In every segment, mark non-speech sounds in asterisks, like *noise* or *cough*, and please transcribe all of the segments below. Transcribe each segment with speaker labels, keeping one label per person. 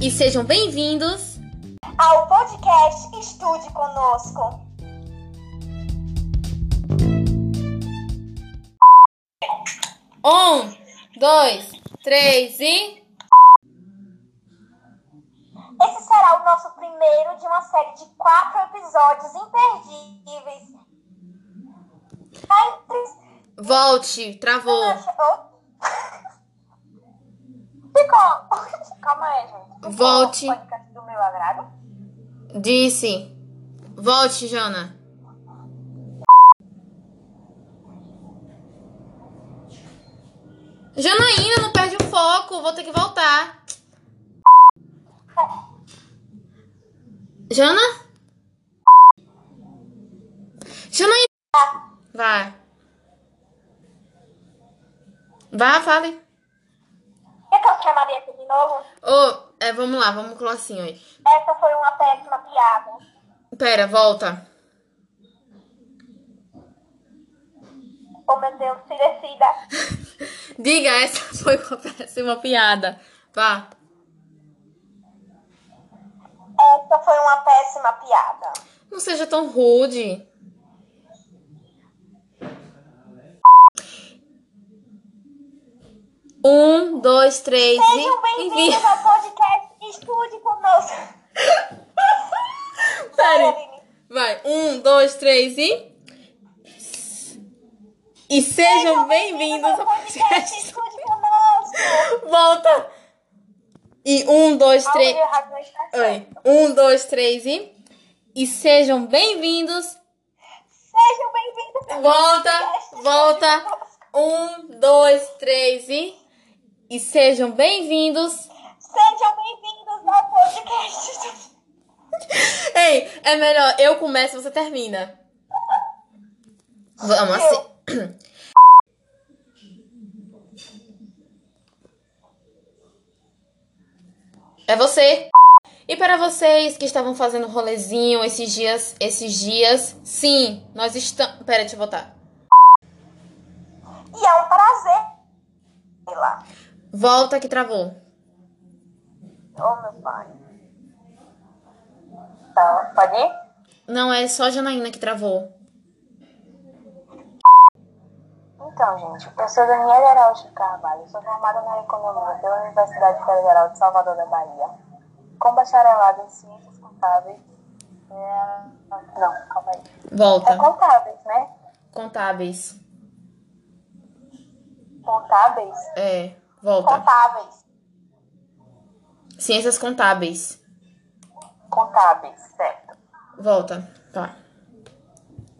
Speaker 1: e sejam bem-vindos
Speaker 2: ao podcast Estude Conosco.
Speaker 1: Um, dois, três e.
Speaker 2: Esse será o nosso primeiro de uma série de quatro episódios imperdíveis. Tá Entre...
Speaker 1: Volte, travou.
Speaker 2: Ficou. *laughs* Calma aí, gente. Ficou
Speaker 1: Volte.
Speaker 2: o podcast do meu agrado.
Speaker 1: Disse. Volte, Jana. Janaína, não perde o foco. Vou ter que voltar. Jana? Janaína. Vai. Vá, fale.
Speaker 2: Quer que eu chamaria aqui de novo?
Speaker 1: Ô, é, vamos lá, vamos colar assim hoje.
Speaker 2: Essa foi uma péssima piada.
Speaker 1: Pera, volta.
Speaker 2: Oh, meu Deus, se decida.
Speaker 1: Diga, essa *laughs* foi uma péssima piada. Vá.
Speaker 2: Essa foi uma péssima piada.
Speaker 1: Não seja tão rude. Um, dois, três
Speaker 2: Sejam
Speaker 1: e
Speaker 2: bem-vindos ao podcast
Speaker 1: *laughs*
Speaker 2: Estude Conosco.
Speaker 1: Sério. Vai, um, dois, três e. E sejam bem-vindos ao
Speaker 2: podcast
Speaker 1: podcast.
Speaker 2: Estude
Speaker 1: *laughs*
Speaker 2: Conosco.
Speaker 1: Volta! E um, dois,
Speaker 2: Algo
Speaker 1: três.
Speaker 2: de errado não está
Speaker 1: Oi.
Speaker 2: certo.
Speaker 1: Um, dois, três e. E sejam bem-vindos.
Speaker 2: Sejam bem-vindos ao
Speaker 1: Volta,
Speaker 2: podcast Estude
Speaker 1: volta.
Speaker 2: Conosco.
Speaker 1: Um, dois, três e. E sejam bem-vindos.
Speaker 2: Sejam bem-vindos ao podcast Estude
Speaker 1: Ei, é melhor eu começo você termina. Vamos assim. É você. E para vocês que estavam fazendo rolezinho esses dias, esses dias, sim, nós estamos. Pera, deixa eu voltar.
Speaker 2: E é um prazer. Sei lá.
Speaker 1: Volta que travou.
Speaker 2: Oh, meu pai. Tá, pode ir?
Speaker 1: Não, é só a Janaína que travou.
Speaker 2: Então, gente, eu sou Daniela Araújo de Carvalho, sou formada na Economia pela Universidade Federal de Salvador da Bahia, com bacharelado em Ciências Contábeis. É, Não, calma aí. É
Speaker 1: Volta.
Speaker 2: contábeis, né?
Speaker 1: Contábeis.
Speaker 2: Contábeis?
Speaker 1: É, volta.
Speaker 2: Contábeis.
Speaker 1: Ciências contábeis.
Speaker 2: Contábeis, certo.
Speaker 1: Volta. Tá.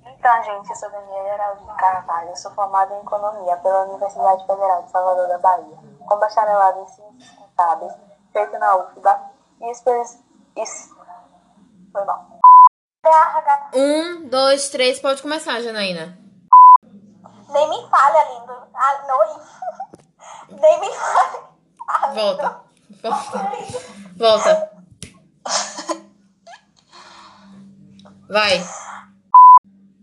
Speaker 2: Então, gente, eu sou Daniela Araújo de Carvalho, sou formada em Economia pela Universidade Federal de Salvador da Bahia, com bacharelado em Ciências Contábeis, feito na UFBA, e experiência... Isso. Foi mal. RH
Speaker 1: Um, dois, três, pode começar, Janaína.
Speaker 2: Nem me fale, Alindo. Ah, não. *laughs* Nem me fale. Ah, Alindo.
Speaker 1: Volta. Volta. Volta. Vai.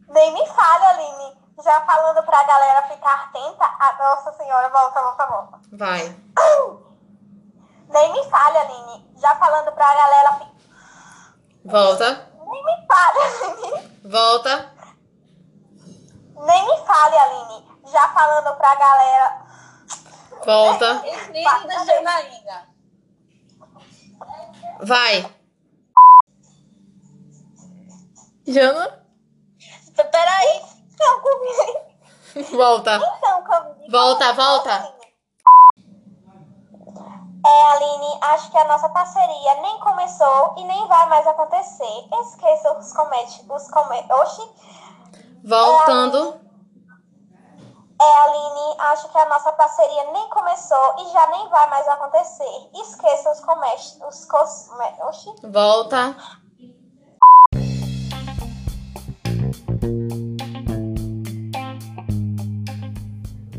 Speaker 2: Nem me fale, Aline. Já falando pra galera ficar atenta. Ah, nossa senhora, volta, volta, volta.
Speaker 1: Vai.
Speaker 2: Nem me fale, Aline. Já falando pra galera fi-
Speaker 1: Volta.
Speaker 2: Nem me fale, Aline.
Speaker 1: Volta.
Speaker 2: Nem me fale, Aline. Já falando pra galera.
Speaker 1: Volta.
Speaker 2: Escrito da Janaína.
Speaker 1: Vai. Jana?
Speaker 2: Peraí. Então, Camille.
Speaker 1: Volta.
Speaker 2: Então, Camille.
Speaker 1: Volta, volta.
Speaker 2: Aline. É, Aline, acho que a nossa parceria nem começou e nem vai mais acontecer. Esqueça os comete, os come, oxi.
Speaker 1: Voltando.
Speaker 2: É, Aline, acho que a nossa parceria nem começou e já nem vai mais acontecer. Esqueça os comete, os cosme, oxi.
Speaker 1: Volta.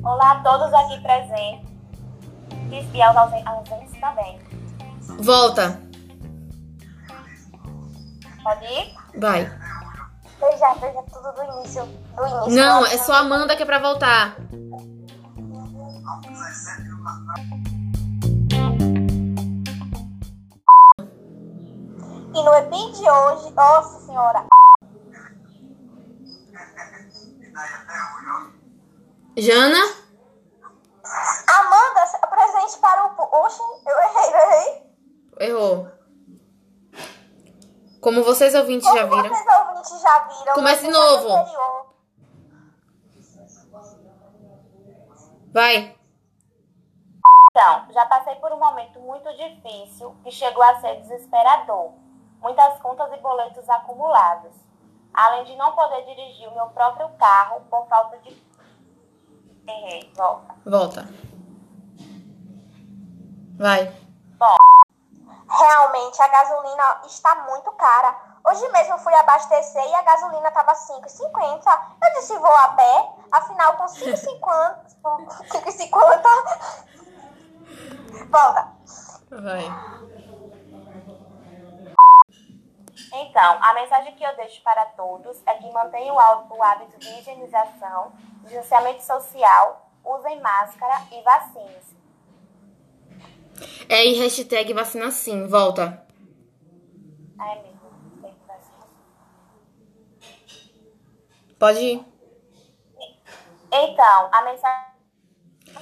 Speaker 2: Olá a todos aqui presentes e aos ausen- ausentes também.
Speaker 1: Volta.
Speaker 2: Pode ir?
Speaker 1: Vai.
Speaker 2: Veja, veja tudo do início, do início.
Speaker 1: Não, é só a Amanda que é pra voltar.
Speaker 2: E no EPI de hoje, nossa senhora,
Speaker 1: Jana?
Speaker 2: Amanda se apresente para o. pu- Oxi, eu errei, eu errei.
Speaker 1: Errou. Como vocês ouvintes já
Speaker 2: Como
Speaker 1: viram.
Speaker 2: vocês ouvintes já viram?
Speaker 1: Comece
Speaker 2: no
Speaker 1: de novo.
Speaker 2: episódio anterior,
Speaker 1: Vai.
Speaker 3: Então, já passei por um momento muito difícil que chegou a ser desesperador. Muitas contas e boletos acumulados. Além de não poder dirigir o meu próprio carro por falta de. Errei, volta.
Speaker 1: Volta. Vai.
Speaker 2: Realmente, a gasolina está muito cara. Hoje mesmo eu fui abastecer e a gasolina estava 5,50. Eu disse, vou a pé. Afinal, com 5,50... com 5,50... Volta.
Speaker 1: Vai.
Speaker 3: Então, a mensagem que eu deixo para todos é que mantenham o há- o hábito de higienização, distanciamento social, usem máscara e vacinem-se.
Speaker 1: É e hashtag vacina sim. Volta.
Speaker 3: Ah, é mesmo. Tem que vacinar.
Speaker 1: Pode ir.
Speaker 3: Então, a mensagem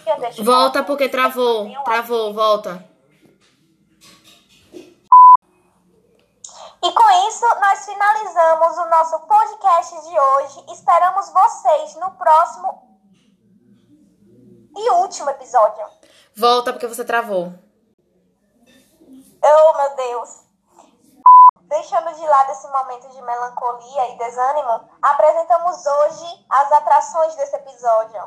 Speaker 3: que eu deixo
Speaker 1: Volta
Speaker 3: para
Speaker 1: porque
Speaker 3: todos é que
Speaker 1: travou.
Speaker 3: mantenham o hábito-
Speaker 1: Travou, volta.
Speaker 2: E com isso, nós finalizamos o nosso podcast de hoje. Esperamos vocês no próximo e último episódio.
Speaker 1: Volta porque você travou.
Speaker 2: Oh, meu Deus! Deixando de lado esse momento de melancolia e desânimo, apresentamos hoje as atrações desse episódio.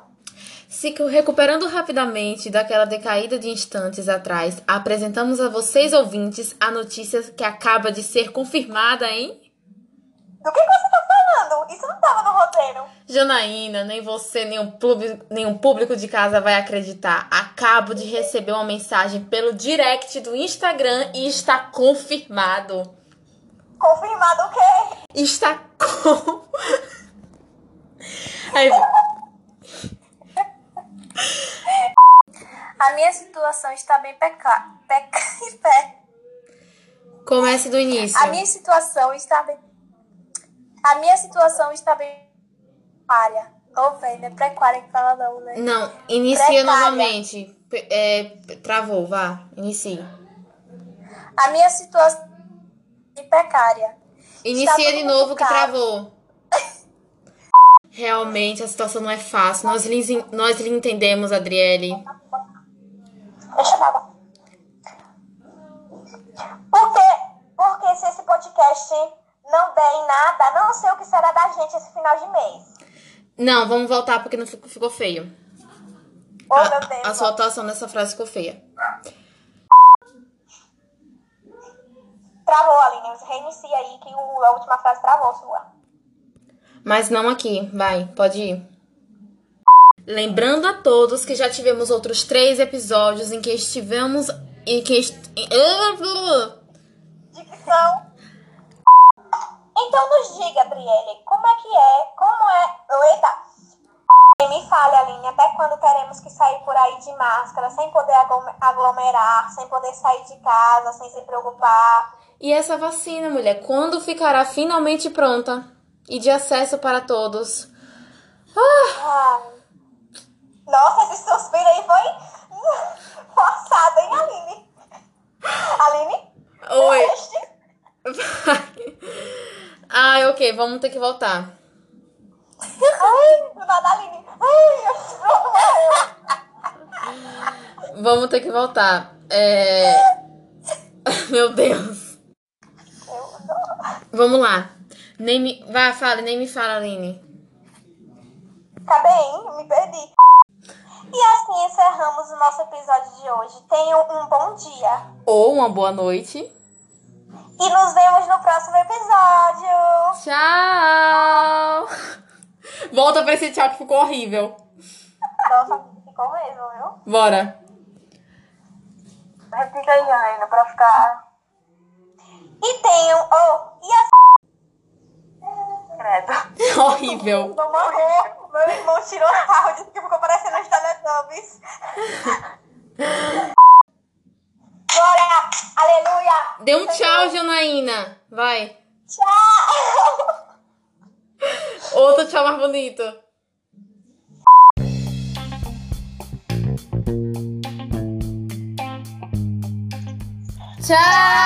Speaker 1: Se co- recuperando rapidamente daquela decaída de instantes atrás, apresentamos a vocês ouvintes a notícia que acaba de ser confirmada, hein?
Speaker 2: Do que, que você tá falando? Isso não tava no roteiro.
Speaker 1: Janaína, nem você, nem o público, nem o público de casa vai acreditar. Acabo de receber uma mensagem pelo direct do Instagram e está confirmado.
Speaker 2: Confirmado o quê?
Speaker 1: Está com. *laughs* Aí,
Speaker 3: A minha situação está bem peca... peca... *laughs* pe-
Speaker 1: comece do início.
Speaker 3: A minha situação está bem... A minha situação está bem... Precária. Ou bem, não é precária que fala não, né?
Speaker 1: Não, inicia
Speaker 3: Precária.
Speaker 1: novamente. P- é, p- travou, vá, inicie.
Speaker 3: A minha situação é precária.
Speaker 1: Inicia
Speaker 3: tudo
Speaker 1: de
Speaker 3: muito
Speaker 1: novo que
Speaker 3: caro.
Speaker 1: travou.
Speaker 3: *laughs*
Speaker 1: Realmente a situação não é fácil. Nós lhe, ensin- nós lhe entendemos, Adriele.
Speaker 2: Deixa eu dar água. Por quê? Porque se esse podcast não der em nada, não sei o que será da gente esse final de mês.
Speaker 1: Não, vamos voltar porque não fico- ficou feio.
Speaker 2: Oh,
Speaker 1: a,
Speaker 2: meu Deus.
Speaker 1: Ah, a sua atuação nessa frase ficou feia.
Speaker 2: Travou, Aline. Reinicia aí que o- a última frase travou sua.
Speaker 1: Mas não aqui, vai, pode ir. Lembrando a todos que já tivemos outros três episódios em que estivemos. Em que. est- em-
Speaker 2: Dicção. Então nos diga, Brielle, como é que é, como é... Oh, Eita! E Me fale, Aline, até quando teremos que sair por aí de máscara, sem poder aglo- aglomerar, sem poder sair de casa, sem se preocupar?
Speaker 1: E essa vacina, mulher, quando ficará finalmente pronta e de acesso para todos?
Speaker 2: Ai. Ah, Nossa, esse suspiro aí foi *laughs* forçado, hein, Aline? Aline?
Speaker 1: Oi.
Speaker 2: Este?
Speaker 1: *laughs* Ai, ok, vamos ter que voltar.
Speaker 2: Ai, do nada, Aline. Ai, eu estou
Speaker 1: Vamos ter que voltar. É. *laughs* Meu Deus. Vamos lá. Nem me. Vai, fala, nem me fala, Aline.
Speaker 2: Tá bem, me perdi. E assim encerramos o nosso episódio de hoje. Tenham um bom dia.
Speaker 1: Ou uma boa noite.
Speaker 2: E nos vemos no próximo episódio.
Speaker 1: Tchau! Volta pra esse tchau que ficou horrível.
Speaker 2: Nossa, ficou mesmo, viu?
Speaker 1: Bora. *laughs*
Speaker 2: Repita aí, Ana, pra ficar. E tenham. Oh, e assim. Credo.
Speaker 1: Horrível.
Speaker 2: Vou morrer. Meu irmão tirou o carro, disse que ficou parecendo os Teletubbies. Glória! Aleluia!
Speaker 1: Dê um tchau, Janaína. Vai.
Speaker 2: Tchau!
Speaker 1: Outro tchau mais bonito. Tchau!